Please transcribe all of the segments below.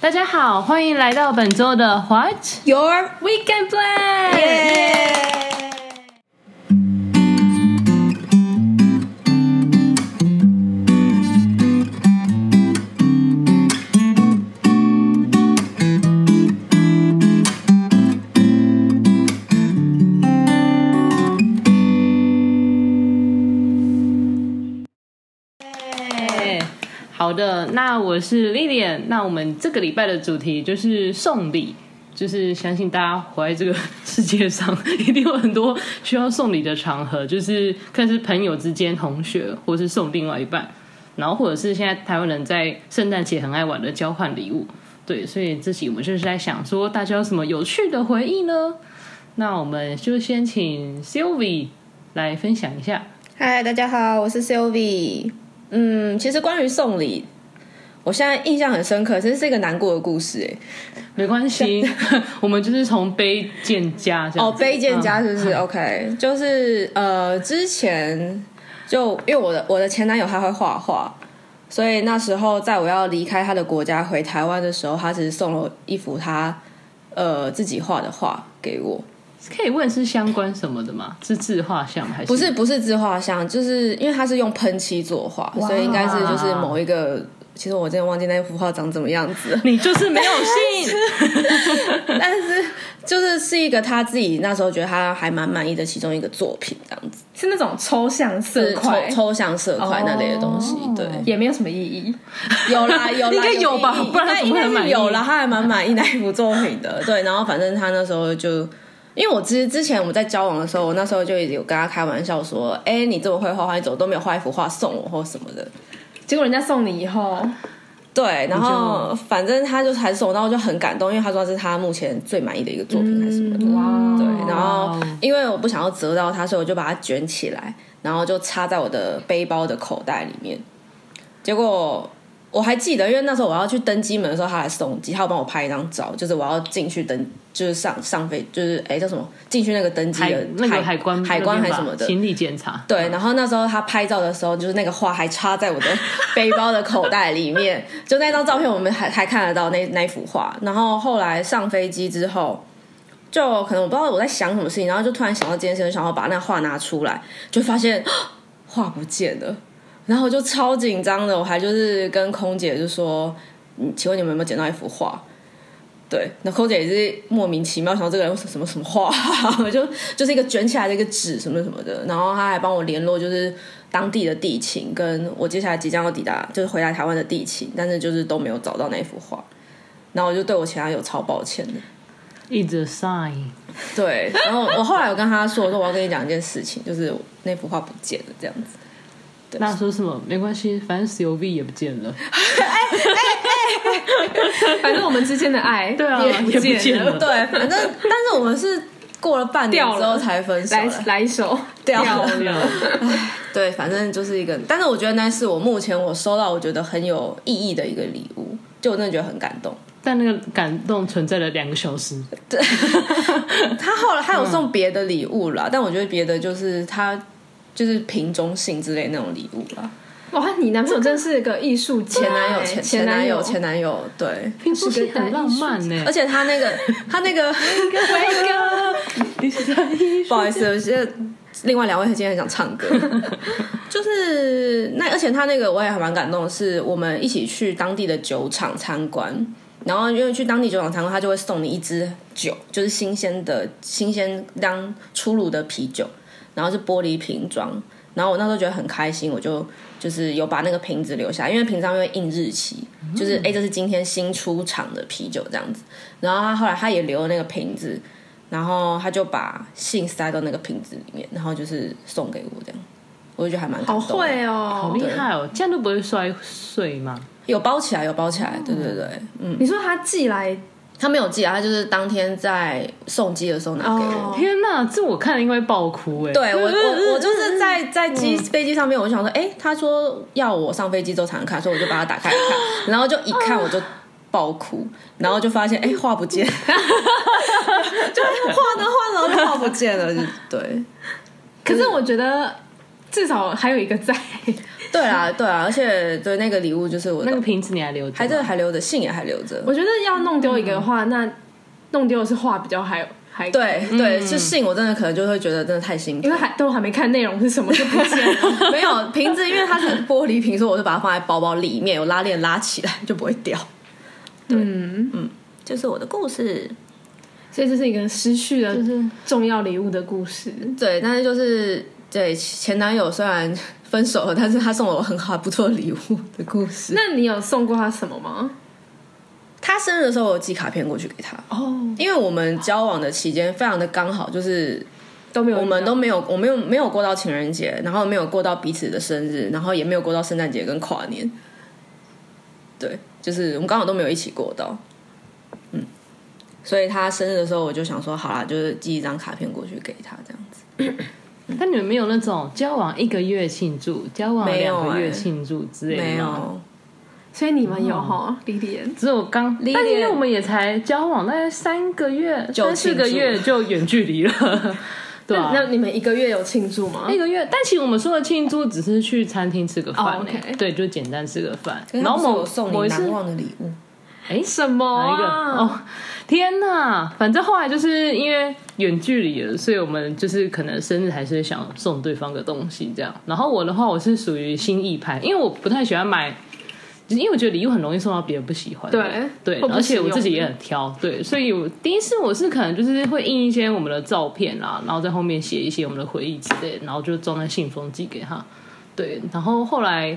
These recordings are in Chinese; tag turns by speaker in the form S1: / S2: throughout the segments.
S1: 大家好，欢迎来到本周的 What
S2: Your
S1: Weekend Plan。哎好的，那我是 Lilian。那我们这个礼拜的主题就是送礼，就是相信大家活在这个世界上，一定有很多需要送礼的场合，就是看是朋友之间、同学，或是送另外一半，然后或者是现在台湾人在圣诞节很爱玩的交换礼物。对，所以这期我们就是在想说，大家有什么有趣的回忆呢？那我们就先请 Sylvie 来分享一下。
S2: 嗨，大家好，我是 Sylvie。嗯，其实关于送礼，我现在印象很深刻，真是一个难过的故事哎。
S1: 没关系， 我们就是从卑贱家这样
S2: 哦，
S1: 子
S2: 卑贱家
S1: 嗯
S2: 是不是、o k 就是呃，之前就因为我的我的前男友他会画画，所以那时候在我要离开他的国家回台湾的时候，他只是送了我一幅他呃自己画的画给我。
S1: 可以问是相关什么的吗？是自画像还是，
S2: 不是？不是自画像，就是因为它是用喷漆作画，所以应该是就是某一个。其实我真的忘记那幅画长怎么样子
S1: 你就是没有信，
S2: 但是就是是一个他自己那时候觉得他还蛮满意的其中一个作品，这样子
S3: 是那种抽象色
S2: 是抽
S3: 块，
S2: 抽象色块那类的东西。
S1: 哦
S2: 对，
S3: 也没有什么意义。
S2: 有啦有啦，
S1: 应该有吧
S2: 意义
S1: 不然他怎
S2: 应
S1: 么会
S2: 该
S1: 很
S2: 应该
S1: 满
S2: 是
S1: 意
S2: 有啦，他还蛮满意那一 幅作品的。对，然后反正他那时候就，因为我之之前我们在交往的时候，我那时候就有跟他开玩笑说：“哎、你这么会画画，你怎么都没有画一幅画送我或什么的。”
S3: 结果人家送你以后，
S2: 对，然后反正他就还送我，然后我就很感动，因为他说是他目前最满意的一个作品还是什么
S1: 嗯
S2: 的。
S3: 哇，
S2: 对，然后因为我不想要折到它，所以我就把它卷起来，然后就插在我的背包的口袋里面。结果我还记得，因为那时候我要去登机门的时候，他来送机，他要帮我拍一张照，就是我要进去登，就是上上飞，就是哎叫什么，进去那个登机
S1: 海
S2: 的
S1: 那个海关
S2: 海关
S1: 那
S2: 还
S1: 边吧
S2: 什么的，
S1: 行李检查。
S2: 对，然后那时候他拍照的时候，就是那个画还插在我的 背包的口袋里面，就那张照片我们还还看得到那那幅画。然后后来上飞机之后，就可能我不知道我在想什么事情，然后就突然想到这件事情，想要把那画拿出来，就发现 画不见了，然后我就超紧张的，我还就是跟空姐就说，嗯请问你们有没有捡到一幅画？对，那空姐也是莫名其妙，想到这个人什么什么画， 就就是一个卷起来的一个纸什么什么的，然后他还帮我联络就是当地的地勤，跟我接下来即将要抵达就是回来台湾的地勤，但是就是都没有找到那幅画，然后我就对我前男友超抱歉的，
S1: It's a sign。
S2: 对，然后我后来有跟他说，我说我要跟你讲一件事情，就是那幅画不见了这样子，
S1: 那说什么没关系，反正 COV 也不见 了。
S3: 反正我们之间的爱
S1: 对
S2: 哦
S1: 啊
S3: 也
S1: 也不
S3: 不
S1: 见
S3: 见
S1: 了
S3: 了。
S2: 对，反正但是我们是过了半年
S3: 掉了
S2: 之后才 分手
S3: 来
S2: 了
S3: 来一首
S2: 掉
S3: 掉
S2: 了对，反正就是一个，但是我觉得那是我目前我收到我觉得很有意义的一个礼物，就我真的觉得很感动。
S1: 但那个感动存在了两个小时，
S2: 他后来还有送别的礼物啦，但我觉得别的就是他就是瓶中信之类那种礼物啦。
S3: 哇，你男朋友真是个艺术家
S2: 前男友
S3: 哎
S2: 前
S3: 前
S2: 男友
S3: 友
S2: 前男友，对，
S1: 听说是
S3: 是个
S1: 很浪漫呢。
S2: 而且他那个 他那个，
S1: 你是在艺术
S2: 不好意思，我现在另外两位今天很想唱 歌，就是那而且他那个我也还蛮感动的是，我们一起去当地的酒厂参观。然后因为去当地酒厂参观，他就会送你一支酒，就是新鲜的、新鲜刚出炉的啤酒，然后是玻璃瓶装。然后我那时候觉得很开心，我就就是有把那个瓶子留下来，因为平常会印日期，
S3: 嗯
S2: 就是哎、诶这是今天新出厂的啤酒这样子。然后他后来他也留了那个瓶子，然后他就把信塞到那个瓶子里面，然后就是送给我这样，我就觉得还蛮感
S3: 好
S2: 动的。
S3: 会
S1: 好
S3: 哦。
S1: 厉害哦，这样都不会摔碎吗？
S2: 有包起来，有包起来，对对对，嗯，
S3: 你说他寄来
S2: 他没有寄啊，他就是当天在送机的时候拿给我。
S3: 哦，嗯
S1: 天哪，这我看了应该会爆哭哎。
S2: 对我我我就是在在机飞机上面，我就想说，哎、他说要我上飞机之后才能看，所以我就把它打开来 看，然后就一看我就爆哭，然后就发现哎画、不见， 就画呢画呢就画不见了，就对。
S3: 可是我觉得至少还有一个在，
S2: 对啊，对啊，而且对那个礼物就是我
S1: 那
S2: 的
S1: 个瓶子你还留着吗？
S2: 还这还留着，信也还留着。
S3: 我觉得要弄丢一个的话，那弄丢的是画比较还还，
S2: 对对，就信我真的可能就会觉得真的太辛苦
S3: 嗯因为，还都还没看内容是什么就不见了。
S2: 没有瓶子，因为它是玻璃瓶，所以我就把它放在包包里面，有拉链拉起来就不会掉。
S3: 嗯，
S2: 这是我的故事，
S3: 所以这是一个失去了
S1: 就是
S3: 重要礼物的故事。
S2: 对，但是就是对前男友虽然分手了，但是他送了我很好不错的礼物的故事。
S3: 那你有送过他什么吗？
S2: 他生日的时候，我有寄卡片过去给他，
S3: 哦，
S2: 因为我们交往的期间非常的刚好，就是
S3: 都没有遇到，
S2: 我们都没有，我没有没有过到情人节，然后没有过到彼此的生日，然后也没有过到圣诞节跟跨年。对，就是我们刚好都没有一起过到，嗯，所以他生日的时候，我就想说，好啦，就是寄一张卡片过去给他这样子。
S1: 但你们没有那种交往一个月庆祝、交往
S2: 没有
S1: 两个
S2: 哎
S1: 月庆祝之类的吗
S2: 没有，
S3: 所以你们有
S1: 哦
S3: 哈，李李妍。
S1: 只有刚，
S2: 历练
S1: 但因为我们也才交往大概三个月、
S2: 就
S1: 三四个
S2: 庆祝
S1: 月就远距离 了，对啊。哎
S3: 那你们一个月有庆祝吗
S1: 一？个月，但其实我们说的庆祝只是去餐厅吃个饭、欸
S3: 哦，OK
S1: 对，就简单吃个饭。
S2: 然
S1: 然后
S2: 后
S1: 某
S2: 我送
S1: 某
S2: 你
S1: 一次
S2: 难忘的礼物，
S3: 什么
S1: 哪一个？
S3: 啊？
S1: 哦，天哪！反正后来就是因为远距离了，所以我们就是可能生日还是想送对方个东西这样。然后我的话，我是属于心意派，因为我不太喜欢买。因为我觉得礼物很容易送到别人不喜欢的，
S3: 对
S1: 对，
S3: 或不
S1: 而
S3: 实
S1: 且
S3: 用
S1: 我自己也很挑，对，所以我第一次我是可能就是会印一些我们的照片啦，然后在后面写一些我们的回忆之类的，然后就装在信封寄给他，对，然后后来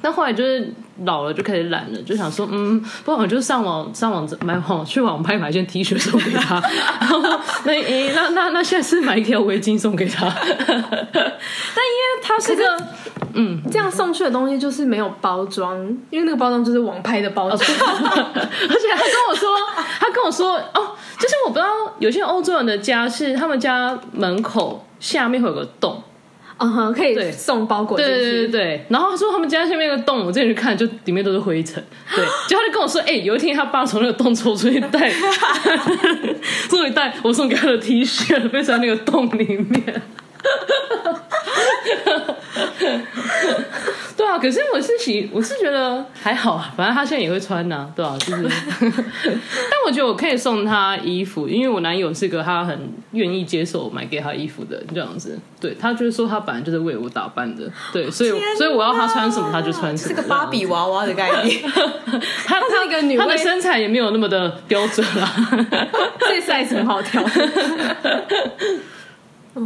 S1: 但后来就是老了就开始懒了，就想说，嗯，不然我就上网上网买网去网拍买一件 T 恤送给他，然后那诶、那那那下次买一条围巾送给他，但因为他是嗯个
S3: 这样送去的东西就是没有包装，因为那个包装就是网拍的
S1: 哦
S3: 包装。
S1: 而且他跟我说，他跟我说，哦，就是我不知道有些欧洲人的家是他们家门口下面会有个洞，
S3: 嗯哼，可以
S1: 对
S3: 送包裹进
S1: 对
S3: 去。
S1: 对对对对。然后他说他们家下面有个洞，我之前去看，就里面都是灰尘。 对，就他就跟我说，哎、有一天他爸从那个洞抽出一袋， 抽一袋我送给他的 T 恤，被塞在那个洞里面。对啊，可是我是喜，我是觉得还好啊，反正他现在也会穿呐、对啊， 就是。但我觉得我可以送他衣服，因为我男友是个他很愿意接受我买给他衣服的人这样子。对他就是说他本来就是为我打扮的，对，所以
S2: 哪
S1: 所以我要他穿什么他就穿什
S2: 是
S1: 么。
S2: 个芭比娃娃的概 念。
S1: 他他
S3: 是一个女
S1: 他的
S3: 威
S1: 身材也没有那么的标准啊啦。
S3: 这 size 很好挑。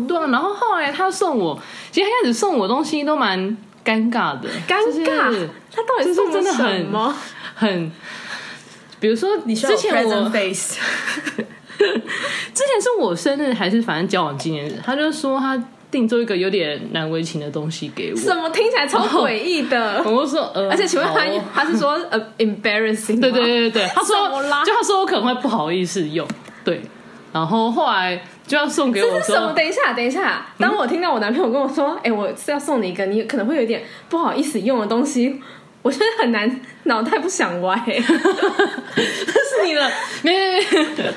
S1: 对啊，然后后来他送我，其实他开始送我东西都蛮尴尬的，
S3: 尴
S1: 就
S3: 尬
S1: 是，
S3: 他到底送
S1: 就是真的
S3: 了
S1: 很
S3: 什么？
S1: 很。比如说，你
S2: 需要
S1: 之
S2: 有
S1: 前我
S2: present face，
S1: 之前是我生日还是反正交往纪念日，他就说他定做一个有点难为情的东西给我，
S3: 什么听起来超诡异的？
S1: 我就说呃，
S3: 而且请问他
S1: 好哦
S3: 他是说呃 embarrassing？
S1: 对对
S3: 吗
S1: 对对对，他
S3: 什么
S1: 说
S3: 啦
S1: 就他说我可能会不好意思用，对，然后后来就要送给我
S3: 这是什么？
S1: 说。
S3: 等一下，等一下！当我听到我男朋友跟我说：“哎、我是要送你一个你可能会有点不好意思用的东西。” 我真的很难，脑袋不想歪、
S1: 是你的，没没没，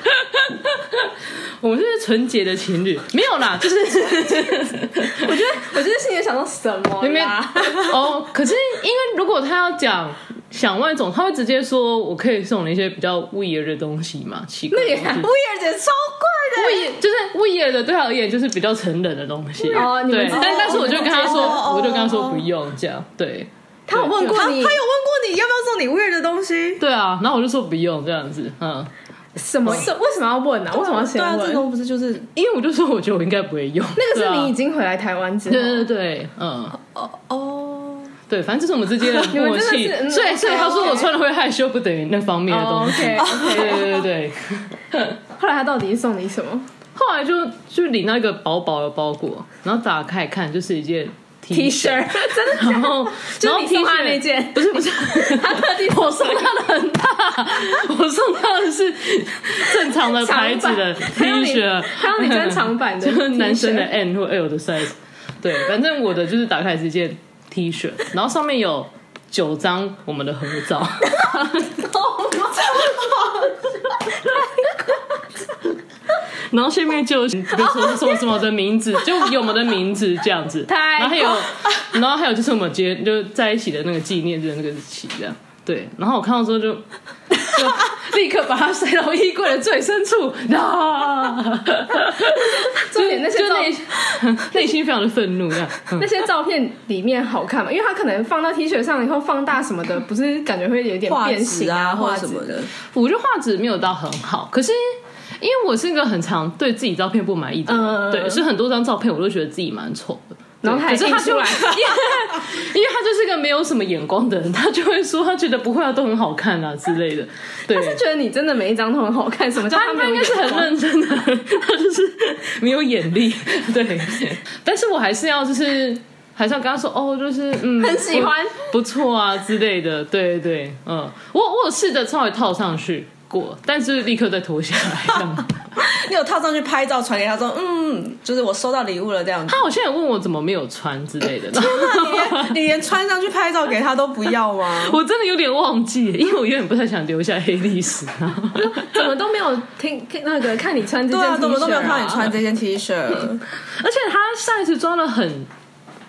S1: 我们是纯洁的情侣，没有啦，就是
S3: 我觉得，我就是心里想说什么
S1: 没没
S3: 啦？
S1: 哦，可是因为如果他要讲想外总，他会直接说我可以送你一些比较 weird 的东西嘛，奇怪，
S3: 那也
S1: 就是
S2: weird 姐超怪
S1: weird 就是 weird 的对他而言就是比较成人的东西，
S3: 哦你们
S1: 对，
S3: 知道
S1: 但但是我就跟他说，
S2: 哦
S1: 我就跟他说不用这样，对
S3: 他有问过
S2: 他他有问
S3: 你
S2: 过你要不要送你 weird 的东西？
S1: 对啊，然后我就说不用这样子，嗯，
S3: 什么？是为什么要问呢、啊？为什么要
S2: 对
S3: 先
S2: 啊，这
S3: 问？
S2: 种不是就是
S1: 因为我就说我觉得我应该不会用，
S3: 那个
S1: 对
S3: 是
S1: 啊
S3: 你已经回来台湾之后，
S1: 对对对，嗯。
S2: 哦哦。
S1: 对，反正这是我们之间的
S3: 你们
S1: 默
S3: 真的
S1: 契
S3: 是，嗯
S1: 所以
S3: OK，
S1: 所以他说
S3: OK
S1: 我穿了会害羞，不等于那方面的
S3: 哦
S1: 东西。
S3: ，OK，
S1: 啊对对对对，
S3: 后来他到底送你什么
S1: 后来就就领到一个薄薄的包裹，然后打开看，就是一件
S3: ？T
S1: T
S3: 恤，真的
S1: 然后然
S3: 就是
S1: 后
S3: 你
S1: T
S3: 送他
S1: 恤
S3: 那，件，
S1: 不是不是，
S3: 他特地
S1: 我送他的很大，我送他的是正常的牌子的 T
S3: 还有你
S1: 恤，
S3: 还有你穿 长版的
S1: 就
S3: T
S1: 是
S3: 恤，
S1: 男生的 N 或 L 的 size。对，反正我的就是打开是一件 T 恤，然后上面有九张我们的合 照。然后下面就有比如说什么什么的名字，就有我们的名字这样子，
S3: 太
S1: 然后还有，然后还有就是我们结就在一起的那个纪念日的那个日期这样，对，然后我看到之后就。就立刻把它塞到衣柜的最深处， 啊！
S3: 重点那些
S1: 就
S3: 照
S1: 内内心非常的愤怒，这样。嗯
S3: 那些照片里面好看吗？因为它可能放到 T 恤上以后放大什么的，不是感觉会有点
S2: 画
S3: 变
S2: 质
S3: 形
S2: 啊或
S3: 画
S2: 者
S3: 质
S2: 什么的，
S1: 我觉得画质没有到很好，可是因为我是一个很常对自己照片不满意的人，
S3: 嗯
S1: 对，所以很多张照片我都觉得自己蛮丑的。
S3: 然后
S1: 对
S3: 他
S1: 可是
S3: 印
S1: 他就
S3: 出来
S1: 因为他就是个没有什么眼光的人， 他就会说他觉得不会啊都很好看啊之类的。对，
S3: 他是觉得你真的每一张都很好看，什么叫
S1: 他
S3: 他没
S1: 他
S3: 有
S1: 应该
S3: 眼
S1: 是
S3: 光？
S1: 很 认真的，他就是没有眼力。对，但是我还是要就是还是要跟他说哦，就是嗯，
S3: 很喜欢
S1: 不错啊之类的。对对，嗯，我我有试着稍微套上去过，但是立刻再脱下来这样。
S2: 你有套上去拍照传给他说，嗯，就是我收到礼物了这样子。
S1: 他好像也问我怎么没有穿之类的，然后
S2: 那你连你连穿上去拍照给他都不要 吗？
S1: 我真的有点忘记，因为我有点不太想留下黑历史。啊然后
S3: 怎么都没有听听那个看你穿这
S2: 对
S3: 件 T 恤、
S2: 啊，怎么都没有看到
S3: 到
S2: 你穿。这件 T 恤。
S1: 而且他上一次装的很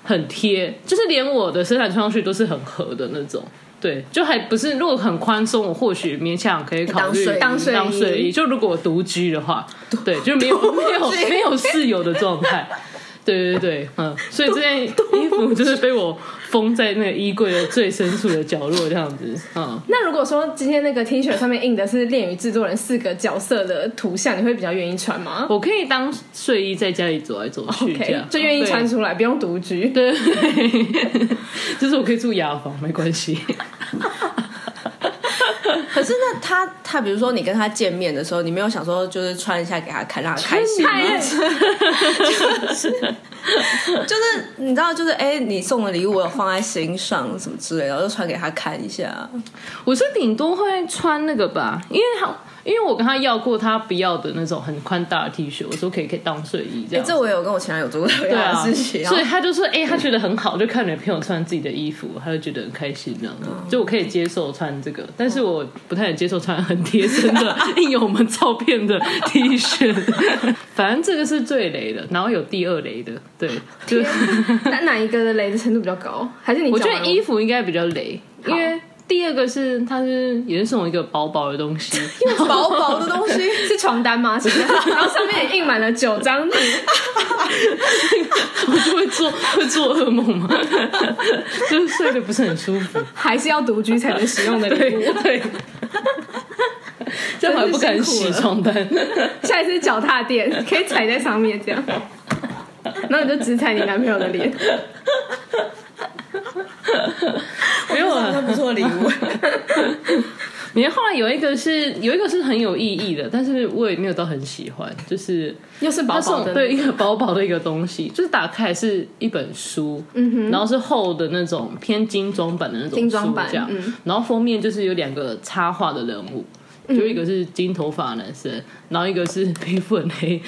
S1: 很贴，就是连我的身材穿上去都是很合的那种。对，就还不是，如果很宽松，我或许勉强可以考虑
S2: 当
S3: 睡衣
S1: 当睡衣。就如果我独居的话，对，就没有没有没有室友的状态。对对对，嗯，所以这件衣服就是被我封在那个衣柜的最深处的角落，这样子，嗯，
S3: 那如果说今天那个 T 恤上面印的是恋与制作人四个角色的图像，你会比较愿意穿吗
S1: 我可以当睡衣在家里走来走去这
S3: ？OK，
S1: 样，
S3: 就愿意
S1: 对
S3: 穿出来，不用独居。
S1: 对， 就是我可以住雅房，没关系。
S2: 可是那他他比如说你跟他见面的时候，你没有想说就是穿一下给他看，让他开心吗？
S3: 太
S2: 就是你知道，就是哎、你送的礼物我有放在心上什么之类的，我就传给他看一下。
S1: 我是顶多会穿那个吧，因为他因为我跟他要过他不要的那种很宽大的 T 恤，我说可以可以当睡衣这
S2: 哎、
S1: 样。
S2: 这我也有跟我前男友做过同
S1: 对
S2: 样
S1: 啊，
S2: 的事情，然后
S1: 所以他就说，哎、他觉得很好，就看女朋友穿自己的衣服，他就觉得很开心这样子。
S2: 嗯
S1: 就我可以接受穿这个，但是我不太能接受穿很贴身的
S2: 嗯
S1: 印有我们照片的 T 恤。反正这个是最雷的，然后有第二雷的，对，就
S3: 哪哪一个的雷的程度比较高？还是你
S1: 我
S3: 讲
S1: 觉
S3: 完了？
S1: 得衣服应该比较雷，因为第二个是它是也是送我一个薄薄的东西，
S2: 薄薄的东 西，
S3: 是床单吗？是不是 然后上面也印满了九张图，
S1: 我就会做会做噩梦嘛， 就是睡得不是很舒服，
S3: 还是要独居才能使用的礼物。
S1: 对，这样我还不敢洗床单，
S3: 下一次脚踏垫可以踩在上面这样，然后你就只踩你男朋友的脸。
S1: 没有
S2: 哇，那
S1: 啊。
S2: 不错的礼物。
S1: 你后来有一个是有一个是很有意义的，但是我也没有到很喜欢，就是
S3: 又是
S1: 它
S3: 薄薄
S1: 送
S3: 的，
S1: 对，一个薄薄的一个东西，就是打开是一本书，
S3: 嗯
S1: 然后是厚的那种偏精装版的那种
S3: 精装
S1: 书
S3: 版
S1: 这样，
S3: 嗯
S1: 然后封面就是有两个插画的人物。就一个是金头发的男生，然后一个是皮肤很黑，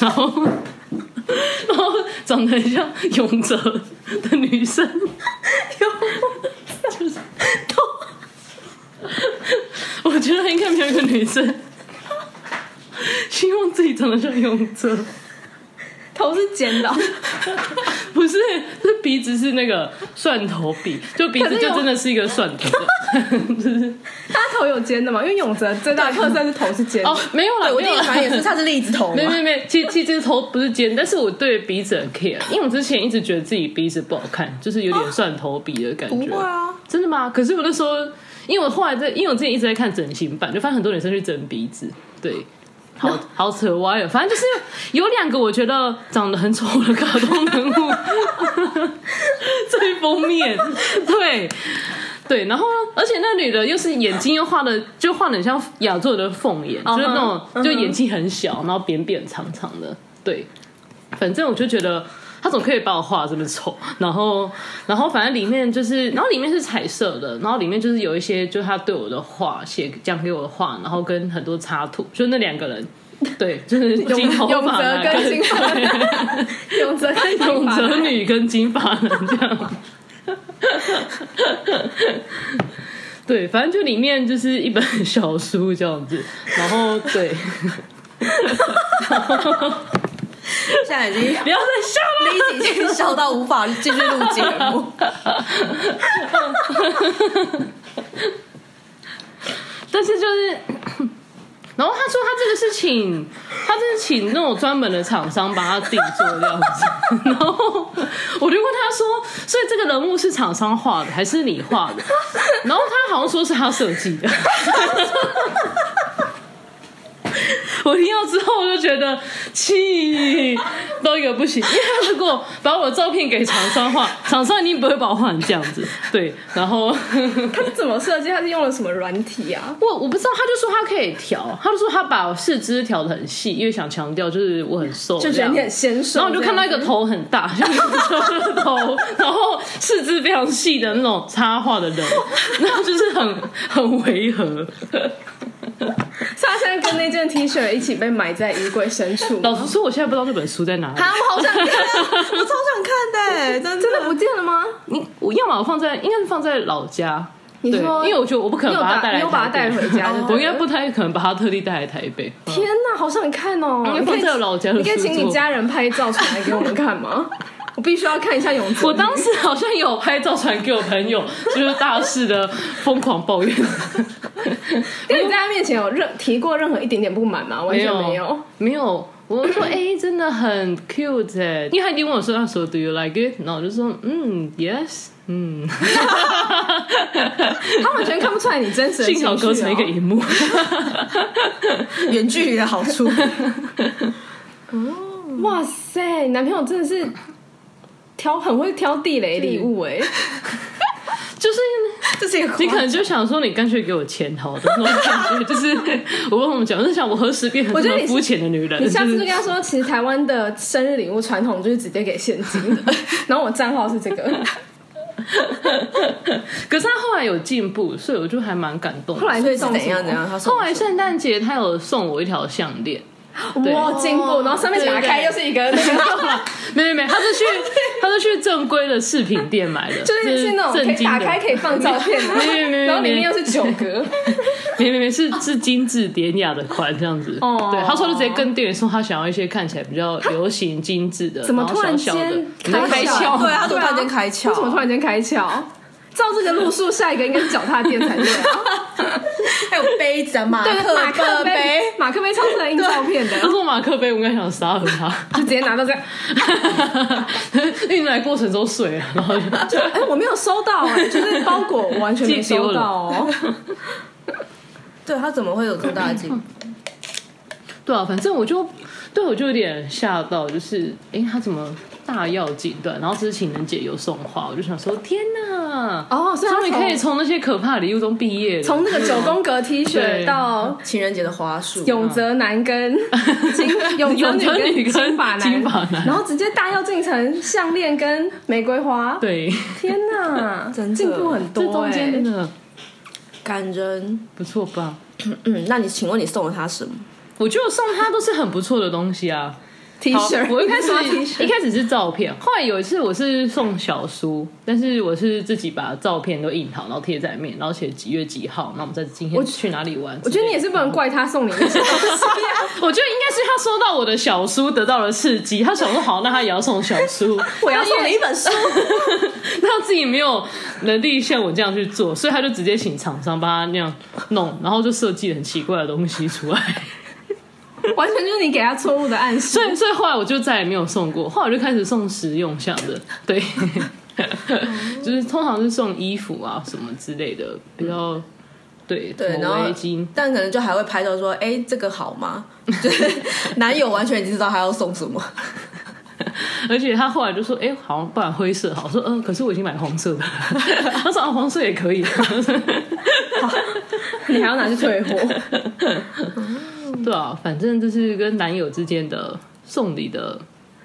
S1: 然后然后长得很像勇者的女 生，就是，我觉得应该没有一个女生希望自己长得像勇者。
S3: 头是尖的哦，
S1: 不是，是鼻子是那个蒜头鼻，就鼻
S3: 可
S1: 子
S3: 是有
S1: 就真的是一个蒜头的。
S3: 他头有尖的嘛？因为泳泽最大的特色是头是尖的。
S1: 哦，没有啦，
S2: 我
S1: 没
S2: 第
S1: 有
S2: 一个
S1: 啦。
S2: 反应也是，它是栗子 头
S1: 没
S2: 嘛。
S1: 没没，其其实这头不是尖，但是我对鼻子很 care，因为我之前一直觉得自己鼻子不好看，就是有点蒜头鼻的感
S2: 啊不
S1: 觉。
S2: 会啊，
S1: 真的吗？可是我那时候，因为我后来在，因为我之前一直在看整形版，就发现很多女生去整鼻子，对，好好扯歪哦了。反正就是有两个我觉得长得很丑的卡通人物在封面，对。对，然后呢而且那女的又是眼睛又画的，就画的很像亚洲的凤眼就是那种就眼睛很小，然后扁扁长长的。对，反正我就觉得他总可以把我画得这么丑，然后然后反正里面就是，然后里面是彩色的，然后里面就是有一些就是他对我的话写讲给我的话，然后跟很多插图，就那两个人。对，就是金头
S3: 永
S1: 发
S3: 泽
S1: 男
S3: 跟金发
S1: 对
S3: 泳泽跟金
S1: 永
S3: 发
S1: 泽女跟金发男这样。对，反正就里面就是一本小书这样子，然后对，
S2: 现在已经
S1: 不要再笑了。
S2: 立即已经笑到无法继续录节目。
S1: 但是就是， 然后他说他这个是请，他这是请那种专门的厂商把他定做这样子。 然后我就问他说，所以这个人物是厂商画的还是你画的？然后他好像说是他设计的。 我听到之后，我就觉得气到一个不行。因为他如果把我的照片给厂商画，厂商一定不会把我画成这样子。对，然后
S3: 他是怎么设计？他是用了什么软体啊？
S1: 我我不知道，他就说他可以调，他就说他把四肢调的很细，因为想强调就是我很瘦，
S3: 就
S1: 这
S3: 觉得
S1: 样
S3: 你很纤瘦
S1: 然
S3: 这样，
S1: 后我就看到一个头很大， 就是车的头，然后四肢非常细的那种插画的人， 然后就是很很违和。
S3: 是他现在跟那件 T 恤一起被埋在衣柜深 处吗，
S1: 老实说，我现在不知道那本书在哪里。
S2: 啊，我好想看，我超想看的、欸真的
S3: 真的不见了吗？
S1: 你我要么我放在，应该是放在老家。
S3: 你
S1: 对，
S3: 说
S1: 因为我觉得我不可
S3: 你
S1: 能
S3: 有
S1: 把它
S3: 把
S1: 带来，
S3: 你有把它带回。家就对了，
S1: 我应该不太可能把它特地带来台北。
S3: 天哪，好想看哦！
S1: 因为
S3: 你可以
S1: 嗯放在我老家的
S3: 你可以请
S1: 书桌
S3: 你家人拍照传来给我们看吗？ 我必须要看一下泳 池。
S1: 我当时好像有拍照传给我朋 友，就是大肆的疯狂抱怨，
S3: 跟你在他面前有任提过任何一点点不满吗？完全没有。
S1: 没有。我说哎、真的很 cute 哎、因为他已经问我说那时候 do you like it，然后我就说嗯 yes，嗯，
S3: 他完全看不出来你真实的情
S1: 幸
S3: 绪、
S1: 好
S3: 哦。
S1: 隔成一个荧幕，
S2: 远距离的好处。
S3: 哇塞，你男朋友真的是挑很会挑地雷礼物 哎、
S1: 就是
S2: 这是一个
S1: 你可能就想说你干脆给我钱好的那种感觉， 就是我跟我们讲，我就想我何时变成
S3: 我
S1: 这
S3: 觉
S1: 么
S3: 得你
S1: 肤浅的女人？
S3: 你下
S1: 就
S3: 次就跟
S1: 是
S3: 他说，其实台湾的生日礼物传统就是直接给现金 的，然后我账号是这个。
S1: 可是他后来有进步，所以我就还蛮感动的。
S3: 后来
S2: 所
S3: 就
S2: 以是
S3: 送
S2: 怎
S3: 什么
S2: 样怎样？他说
S1: 后来圣诞节他有送我一条项链。
S3: 哇进步，然后上面打开又是一个那个，
S1: 没没没，他是去 他是去正规的饰品店买的，
S3: 就是是那种可
S1: 正
S3: 以
S1: 经
S3: 打
S1: 的。
S3: 开可以放照片的，
S1: 没没没没
S3: 然后里面又是九格，
S1: 没没没，是 是精致典雅的款这样子。
S3: 哦
S1: 对，他说就直接跟店员说他想要一些看起来比较流行精致的，
S3: 怎么
S1: 然后
S3: 突然
S1: 小小的
S3: 间
S1: 你在
S3: 开
S1: 开
S3: 窍
S1: 窍？
S2: 对啊，他怎么突然间开
S3: 为什么
S2: 窍？
S3: 突然间开窍？照这个路数，下一个应该是脚踏垫才对啊！
S2: 还有杯子啊，马
S3: 对，马克
S2: 克
S3: 杯，马克杯超适合印照片的，
S1: 他说马克杯，我应该想杀了他，
S3: 就直接拿到这样。
S1: 运来过程中碎了，然后就
S3: 就哎、我没有收到、哎，就是包裹我完全没收到哦、
S2: 对他怎么会有这么大的 进步？
S1: 对啊，反正我就对我就有点吓到，就是哎、诶他怎么大要紧断？然后这是情人节有送花，我就想说天哪！
S3: 哦，所以他
S1: 终于可以从那些可怕的礼物中毕业了。
S3: 从那个九宫格 T 恤
S1: 对
S3: 到
S2: 情人节的花束，
S3: 永泽男跟金 永泽
S1: 永泽
S3: 女
S1: 女
S3: 跟
S1: 跟
S3: 金发
S1: 金发
S3: 男，
S1: 男
S3: 然后直接大要进城项链跟玫瑰花。
S1: 对，
S3: 天哪，
S2: 真的
S3: 进步很
S1: 这
S3: 多
S1: 中
S3: 哎、
S1: 间真的
S2: 感人。
S1: 不错吧？
S2: 嗯，那你请问你送了他什么？
S1: 我觉得我送他都是很不错的东西啊。
S3: T
S1: 好
S3: 恤，
S1: 我一 开
S3: T
S1: 始一
S3: 恤，
S1: 开始是照片，后来有一次我是送小书，但是我是自己把照片都印好，然后贴在面，然后写几月几号，那我们在今天去哪里玩。
S3: 我觉得你也是不能怪他送你那 些东西 啊。
S1: 我觉得应该是他收到我的小书得到了刺激，他想说好，那他也要送小 书，
S2: 我要送你一本书，
S1: 他自己没有能力像我这样去做，所以他就直接请厂商帮他那样弄，然后就设计很奇怪的东西出来。
S3: 完全就是你给他错误的暗示
S1: 所。以，所以后来我就再也没有送过，后来我就开始送实用项的，对，
S2: 哦
S1: 就是通常是送衣服啊什么之类的，比较对，
S2: 嗯对，
S1: 什
S2: 然
S1: 么
S2: 后
S1: 围巾，
S2: 但可能就还会拍照说，哎，这个好吗？ 就是男友完全已经知道他要送什么，
S1: 而且他后来就说，哎、好像不然灰色好，我说嗯、呃可是我已经买红色的 了，他说啊，黄色也可以，
S3: 你还要拿去退货，
S1: 对啊，反正就是跟男友之间的送礼的，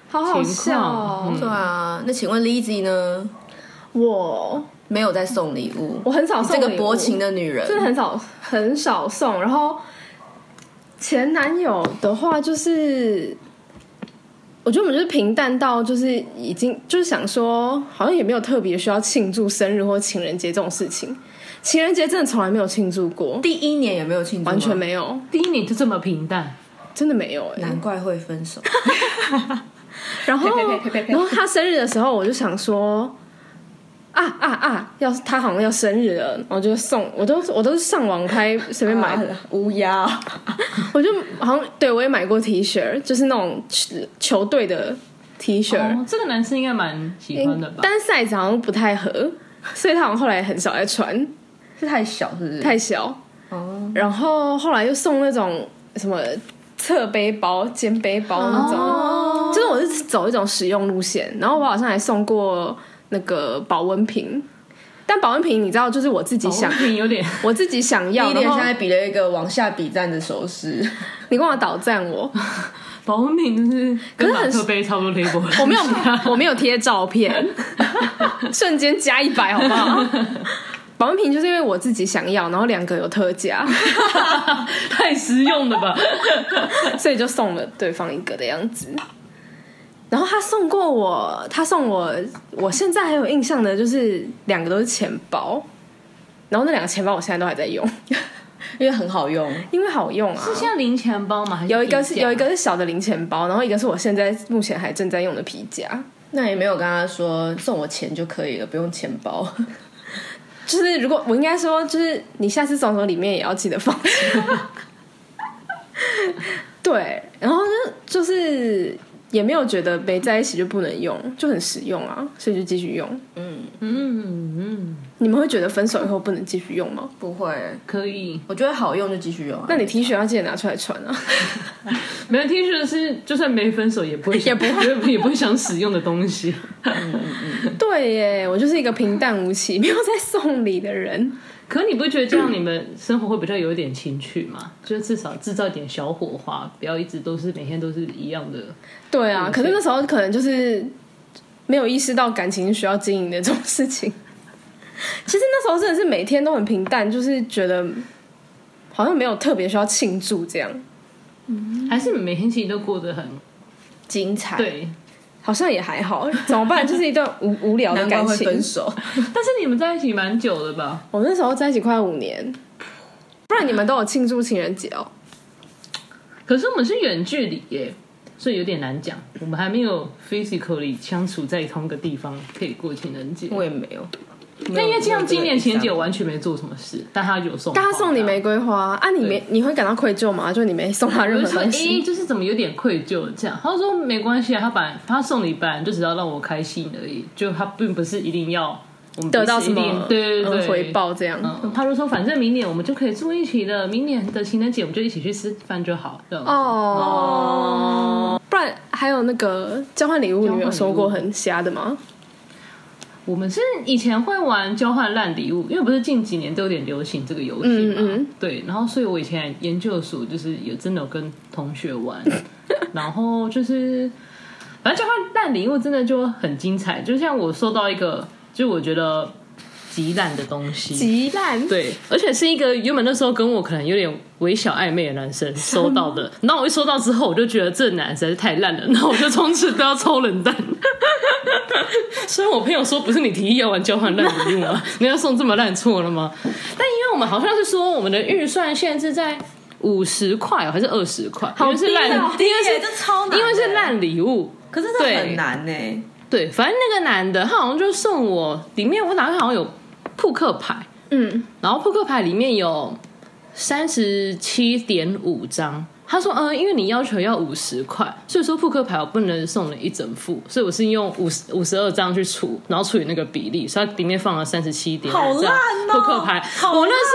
S3: 好好笑哦！
S2: 对啊。那请问 Lizzy 呢？
S3: 我
S2: 没有在送礼物，
S3: 嗯我很少送
S2: 这个
S3: 礼物
S2: 薄情，的女人，
S3: 真的很少很少送。然后前男友的话，就是我觉得我们就是平淡到就是已经就是想说，好像也没有特别需要庆祝生日或情人节这种事情。情人节真的从来没有庆祝过，
S2: 第一年也没有庆祝吗，
S3: 完全没有。
S1: 第一年就这么平淡，
S3: 真的没有哎、
S2: 难怪会分手。
S3: 然后
S2: 呸呸呸呸呸
S3: 然后他生日的时候，我就想说。啊啊啊！要他好像要生日了，我就送，我都我都是上网拍随 便
S2: 啊
S3: 买的，
S2: 乌鸦，
S3: 我就好像对我也买过 T 恤，就是那种球球队的 T 恤，
S1: 哦，这个男生应该蛮喜欢的吧？
S3: 但是 size 好像不太合，所以他好像后来很少在穿，
S2: 是太小，是不是？
S3: 太小。
S2: 哦，
S3: 然后后来又送那种什么侧背包、肩背包那种，
S2: 哦
S3: 就是我是走一种实用路线。然后我好像还送过那个保温瓶，但保温瓶你知道，就是我自己想
S1: 哦，品有点
S3: 我自己想要。
S2: 一点
S3: 然后
S2: 现在比了一个往下比赞的手势，
S3: 你干嘛倒赞我？
S1: 保温瓶，就是
S3: 可
S1: 跟
S3: 是很
S1: 马克杯差不多 label 了。
S3: 我 没有，我没有贴照片，瞬间加一百，好不好？ 保温瓶就是因为我自己想要，然后两个有特价，
S1: 太实用了吧？
S3: 所以就送了对方一个的样子。然后他送过我，他送我，我现在还有印象的就是两个都是钱包，然后那两个钱包我现在都还在用，
S2: 因为很好用。
S3: 因为好用 啊。
S1: 是现在零钱包吗？还是
S3: 有一个是
S1: 皮夹
S3: 有一个是小的零钱包，然后一个是我现在目前还正在用的皮夹。
S2: 那也没有跟他说送我钱就可以了，不用钱包。
S3: 就是如果我应该说，就是你下次送的时候里面也要记得放。对，然后呢，就是也没有觉得没在一起就不能用，就很实用啊，所以就继续用。
S1: 嗯嗯，
S3: 你们会觉得分手以后不能继续用吗？
S2: 不会，
S1: 可以。
S2: 我觉得好用就继续用啊。
S3: 那你 T 恤要记得拿出来穿啊。
S1: 没有 T 恤是就算没分手也不会也不 会也不会想使用的东西。
S3: 对耶，我就是一个平淡无奇、没有在送礼的人。
S1: 可你不觉得这样你们生活会比较有一点情趣吗？就是至少制造一点小火花，不要一直都是每天都是一样的。
S3: 对啊，可是那时候可能就是没有意识到感情需要经营的这种事情。 其实那时候真的是每天都很平淡，就是觉得好像没有特别需要庆祝这样，
S1: 还是你们每天其实都过得很
S2: 精彩，，
S1: 对，
S3: 好像也还好。怎么办？就是一段无无聊
S2: 啊
S3: 的
S2: 难
S3: 感
S2: 怪会
S3: 情
S2: 分。手。
S1: 但是你们在一起蛮久的吧？
S3: 我那时候在一起快五年，不然你们都有庆祝情人节哦。
S1: 可是我们是远距离耶，所以有点难讲。我们还没有 physically 相处在同个地方可以过情人节。
S2: 我也没有。
S1: 那因为这样，今年情人节我
S2: 完，
S1: 完全没做什么事，但他有送花，
S3: 但他送你玫瑰花啊，你没你会感到愧疚吗？就你没送他任
S1: 我
S3: 何
S1: 就说，
S3: 东
S1: 诶，
S3: 西，
S1: 哎就是怎么有点愧疚这样。他说没关系啊，他本来他送你本来就只要让我开心而已，就他并不是一定要我们
S3: 得到
S1: 不是
S3: 什
S1: 一
S3: 么
S1: 定对对对、
S3: 嗯回。报这样？
S1: 嗯，他就说反正明年我们就可以住一起的，明年的情人节我们就一起去吃饭就好。这样子，
S3: 哦，不然还有那个交换礼物，你们有收过
S1: 交换礼
S3: 很瞎的吗？
S1: 我们是以前会玩交换烂礼物，因为不是近几年都有点流行这个游戏嘛，
S3: 嗯嗯
S1: 对。然后，所以我以前研究所就是有真的有跟同学 玩，然后就是反正交换烂礼物真的就很精彩。就像我收到一个，就我觉得极烂的东西，
S3: 极烂，
S1: 对，而且是一个原本那时候跟我可能有点微小暧昧的男生收到的。然后我一收到之后，我就觉得这男实在是太烂了，然后我就从此都要抽冷淡。 虽然我朋友说不是你提议要玩交换烂礼物吗？ 你要送这么烂错了吗？但因为我们好像是说我们的预算限制在五十块哦还是二十块，因为是烂，
S2: 第
S1: 因
S2: 一
S1: 为
S2: 是
S1: 是
S2: 这超难，
S1: 因为是，烂礼物。
S2: 可是这很难欸呢。
S1: 对，反正那个男的他好像就送我，里面我打开好像有扑克牌，
S3: 嗯，
S1: 然后扑克牌里面有三十七点五张。他说：“嗯，因为你要求要五十块，所以说扑克牌我不能送你一整副，所以我是用五十五十二张去除，然后除以那个比例，所以它里面放了三十七点
S2: 好
S1: 五张
S2: 烂哦
S1: 扑克牌。
S2: 好
S1: 我那时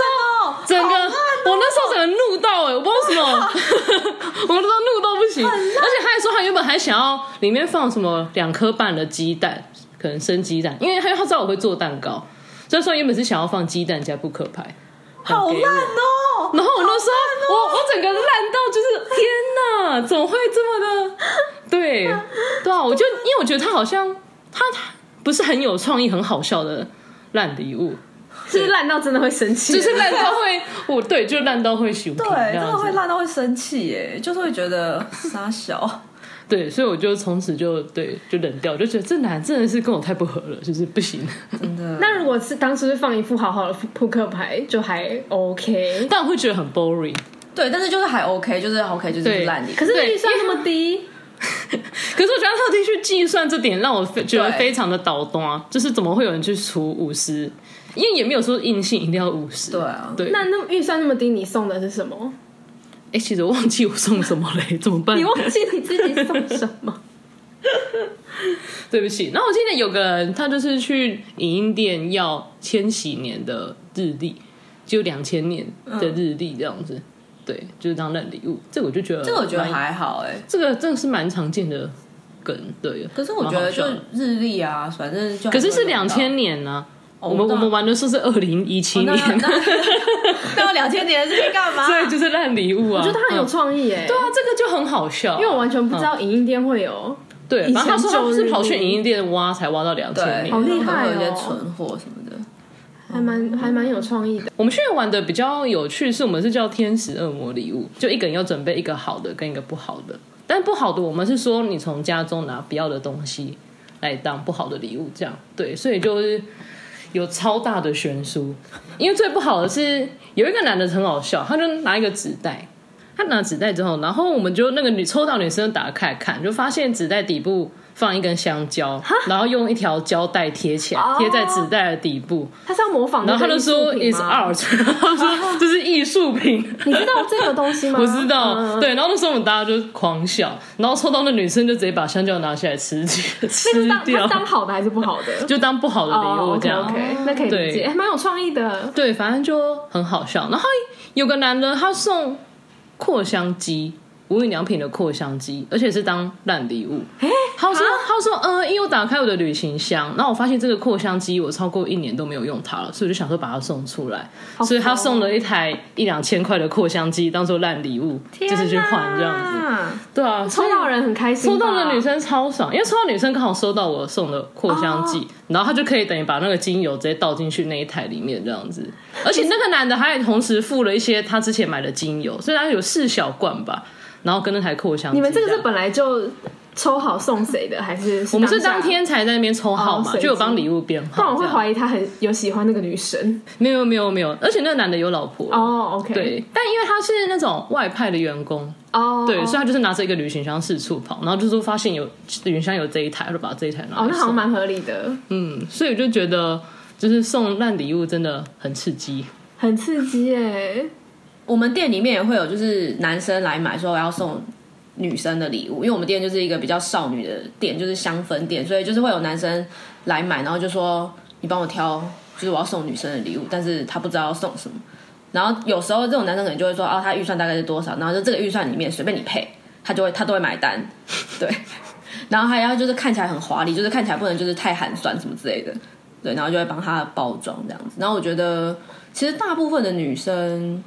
S1: 候
S2: 烂哦
S1: 整个，
S2: 好烂哦
S1: 我那时候整个怒到哎、我不知道为什么， 我那时候怒到不行。而且他还说他原本还想要里面放什么两颗半的鸡蛋，可能生鸡蛋，因为他他知道我会做蛋糕，所以说原本是想要放鸡蛋加扑克牌。
S2: 好
S1: 给
S2: 烂
S1: 我
S2: 哦！
S1: 然后我那时候，我我整个烂到就是天哪，怎么会这么的？对，对啊，我就因为我觉得他好像他他不是很有创意、很好笑的烂礼物，
S3: 是烂到真的会生气，
S1: 就是烂到会，我对，就烂到会喜欢，
S2: 对，
S1: 这
S2: 真
S1: 样
S2: 的
S1: 子
S2: 会烂到会生气耶，就是会觉得傻小。
S1: 对，所以我就从此就对就冷掉，就觉得这男真的是跟我太不合了，就是不行。
S3: 那如果是当初是放一副好好的扑克牌，就还 OK。
S1: 但我会觉得很 boring，
S2: 对，但是就是还 OK，就是 OK，就是
S1: 对
S2: 烂礼物。
S3: 可是
S1: 对
S3: 预算那么低，
S1: 可是我觉得特地去计算这点，让我非觉得
S2: 对
S1: 非常的倒端啊，就是怎么会有人去除五十？因为也没有说硬性一定要五十。
S2: 对啊
S1: 对。
S3: 那那预算那么低，你送的是什么？
S1: 哎，其实我忘记我送什么嘞，怎么办？
S3: 你忘记你自己送什么？
S1: 对不起。然后我记得有个人，他就是去影音店要千禧年的日历，就两千年的日历这样子。对，就是当烂礼物。这个我就觉得蛮，
S2: 这个我觉得还好哎、
S1: 这个真的是蛮常见的梗，对。
S2: 可是我觉得就
S1: 蛮好笑的
S2: 日历啊，反正就
S1: 可是是
S2: 还
S1: 两
S2: 会用
S1: 千年呢、
S2: 到。
S1: 我们
S2: 哦
S1: 我们玩的时候是二零一七年，
S2: 那 那两千年是去干 嘛？
S1: 对，就是烂礼物啊。
S3: 我觉得他很有
S1: 嗯
S3: 创意哎、
S1: 对啊，这个就很好笑啊，
S3: 因为我完全不知道影音店会有，
S1: 对，
S3: 以
S1: 然后他
S3: 前
S1: 说他
S3: 旧
S1: 是
S3: 日
S1: 跑去
S3: 历
S1: 影音店挖，才挖到两千
S2: 对，
S1: 年
S3: 好。厉害哦
S2: 有一些存货什么的。
S3: 还蛮
S1: 哦
S3: 还蛮有创意的。
S1: 我们去年玩的比较有趣，是我们是叫天使恶魔礼物，就一个人要准备一个好的跟一个不好的。但不好的，我们是说你从家中拿不要的东西来当不好的礼物，这样对，所以就是有超大的悬殊。因为最不好的是有一个男的很好笑，他就拿一个纸袋，他拿纸袋之后，然后我们就那个女抽到女生打开看，就发现纸袋底部放一根香蕉，然后用一条胶带贴起来
S3: 哦，
S1: 贴在纸袋的底部。
S3: 他是要模仿，
S1: 然后他就说 is
S3: r
S1: art，他 说这是艺术品，
S3: 你知道这个东西吗？
S1: 我知道。
S3: 嗯，
S1: 对，然后那时候我们大家就狂笑，然后抽到那女生就直接把香蕉拿起来吃
S3: 那个
S1: 吃
S3: 是当他
S1: 掉
S3: 是，当哦好的还是不好的？
S1: 就当不好的礼物这样。
S3: o k 那可以理解，
S1: 对
S3: 还蛮有创意的。
S1: 对，反正就很好笑。然后有个男的他送扩香机，无印良品的扩香机，而且是当烂礼物。他说他说呃，因为我打开我的旅行箱，然后我发现这个扩香机我超过一年都没有用它了，所以我就想说把它送出来。所以他送了一台一两千块的扩香机当做烂礼物，就是去换这样子。
S2: 子。
S1: 对啊，
S3: 抽到
S1: 人。
S3: 人很开心吧，
S1: 抽到的女生超爽，因为抽到女生刚好收到我送的扩香剂，
S3: 哦
S1: 然后她就可以等于把那个精油直接倒进去那一台里面这样 子。而且那个男的还同时附了一些他之前买的精油，所以他有四小罐吧，然后跟那台扩香剂样。
S3: 你们这个是本来就抽好送谁的，还是
S1: 我
S3: 我
S1: 们是当，天才在那边抽号
S3: 哦
S1: 码，
S3: 随机
S1: 就有帮礼物编号。
S3: 不然我会
S1: 这样
S3: 怀疑他很有喜欢那个女生。
S1: 没有没有没有，而且那个男的有老婆。
S3: 哦，OK，
S1: 对，但因为他是那种外派的员工，
S3: 哦，
S1: 对，所以他就是拿着一个旅行箱四处跑，然后就说发现有旅行箱有这一台，就把这一台拿来
S3: 哦，那
S1: 送
S3: 好像蛮合理的，
S1: 嗯，所以我就觉得，就是送烂礼物真的很刺激。
S3: 很刺激耶。
S2: 我们店里面也会有，就是男生来买说我要送女生的礼物，因为我们店就是一个比较少女的店，就是香氛店，所以就是会有男生来买，然后就说你帮我挑，就是我要送女生的礼物，但是他不知道要送什么。然后有时候这种男生可能就会说，哦，他预算大概是多少，然后就这个预算里面随便你配，他就会他都会买单，对。 然后还要就是看起来很华丽，就是看起来不能就是太寒酸什么之类的，对，然后就会帮他包装这样子。然后我觉得其实大部分的女生，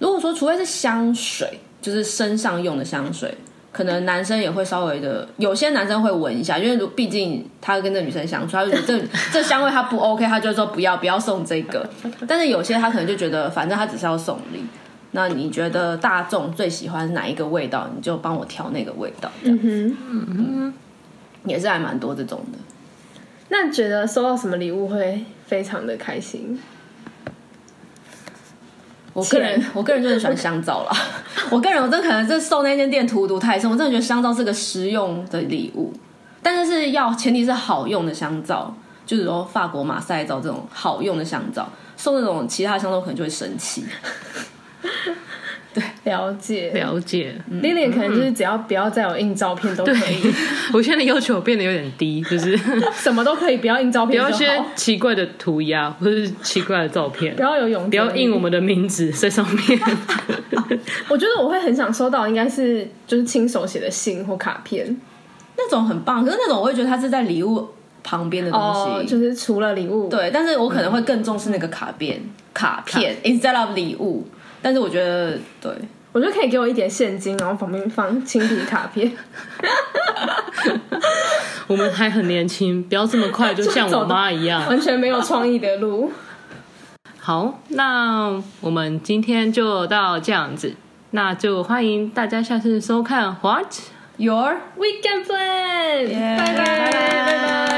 S2: 如果说除非是香水，就是身上用的香水，可能男生也会稍微的，有些男生会闻一下，因为如毕竟他跟这女生相处，他就觉得这这香味他不 OK，他就会说不要不要送这个。但是有些他可能就觉得反正他只是要送礼。那你觉得大众最喜欢哪一个味道，你就帮我挑那个味道，
S3: 嗯哼，
S2: 也是还蛮多这种的。
S3: 那你觉得收到什么礼物会非常的开心？
S2: 我个人，我个人就很喜欢香皂啦。 我个人，我真的可能是受那间店荼毒太深，我真的觉得香皂是个实用的礼物，但是是要前提是好用的香皂，就是说法国马赛皂这种好用的香皂，送那种其他的香皂可能就会生气。
S3: 了解
S1: 了解，
S3: ，Lilian 可能就是只要不要再有印照片都可以，
S1: 我现在的要求变得有点低，就是
S3: 什么都可以，不要印照
S1: 不
S3: 片
S1: 要一
S3: 就
S1: 些
S3: 好，
S1: 奇怪的涂鸦或是奇怪的照片
S3: 不，要有勇，
S1: 不要印我们的名字在上面。
S3: 我觉得我会很想收到，应该是就是亲手写的信或卡片
S2: 那种很棒，可是那种我会觉得它是在礼物旁边的东西，
S3: 哦就是除了礼物，，
S2: 对，但是我可能会更重视那个卡片，
S3: 嗯
S2: 卡片 instead of 礼物。但是我觉得，对，
S3: 我觉得可以给我一点现金，然后旁边放亲笔卡 片，
S1: 我们还很年轻，不要这么快就像我妈一 样。
S3: 完全没有创意的路。
S1: 好，那我们今天就到这样子，那就欢迎大家下次收看 What。
S2: your
S3: Weekend plan，
S2: Yeah，
S3: 拜拜
S2: 拜拜
S3: 拜拜。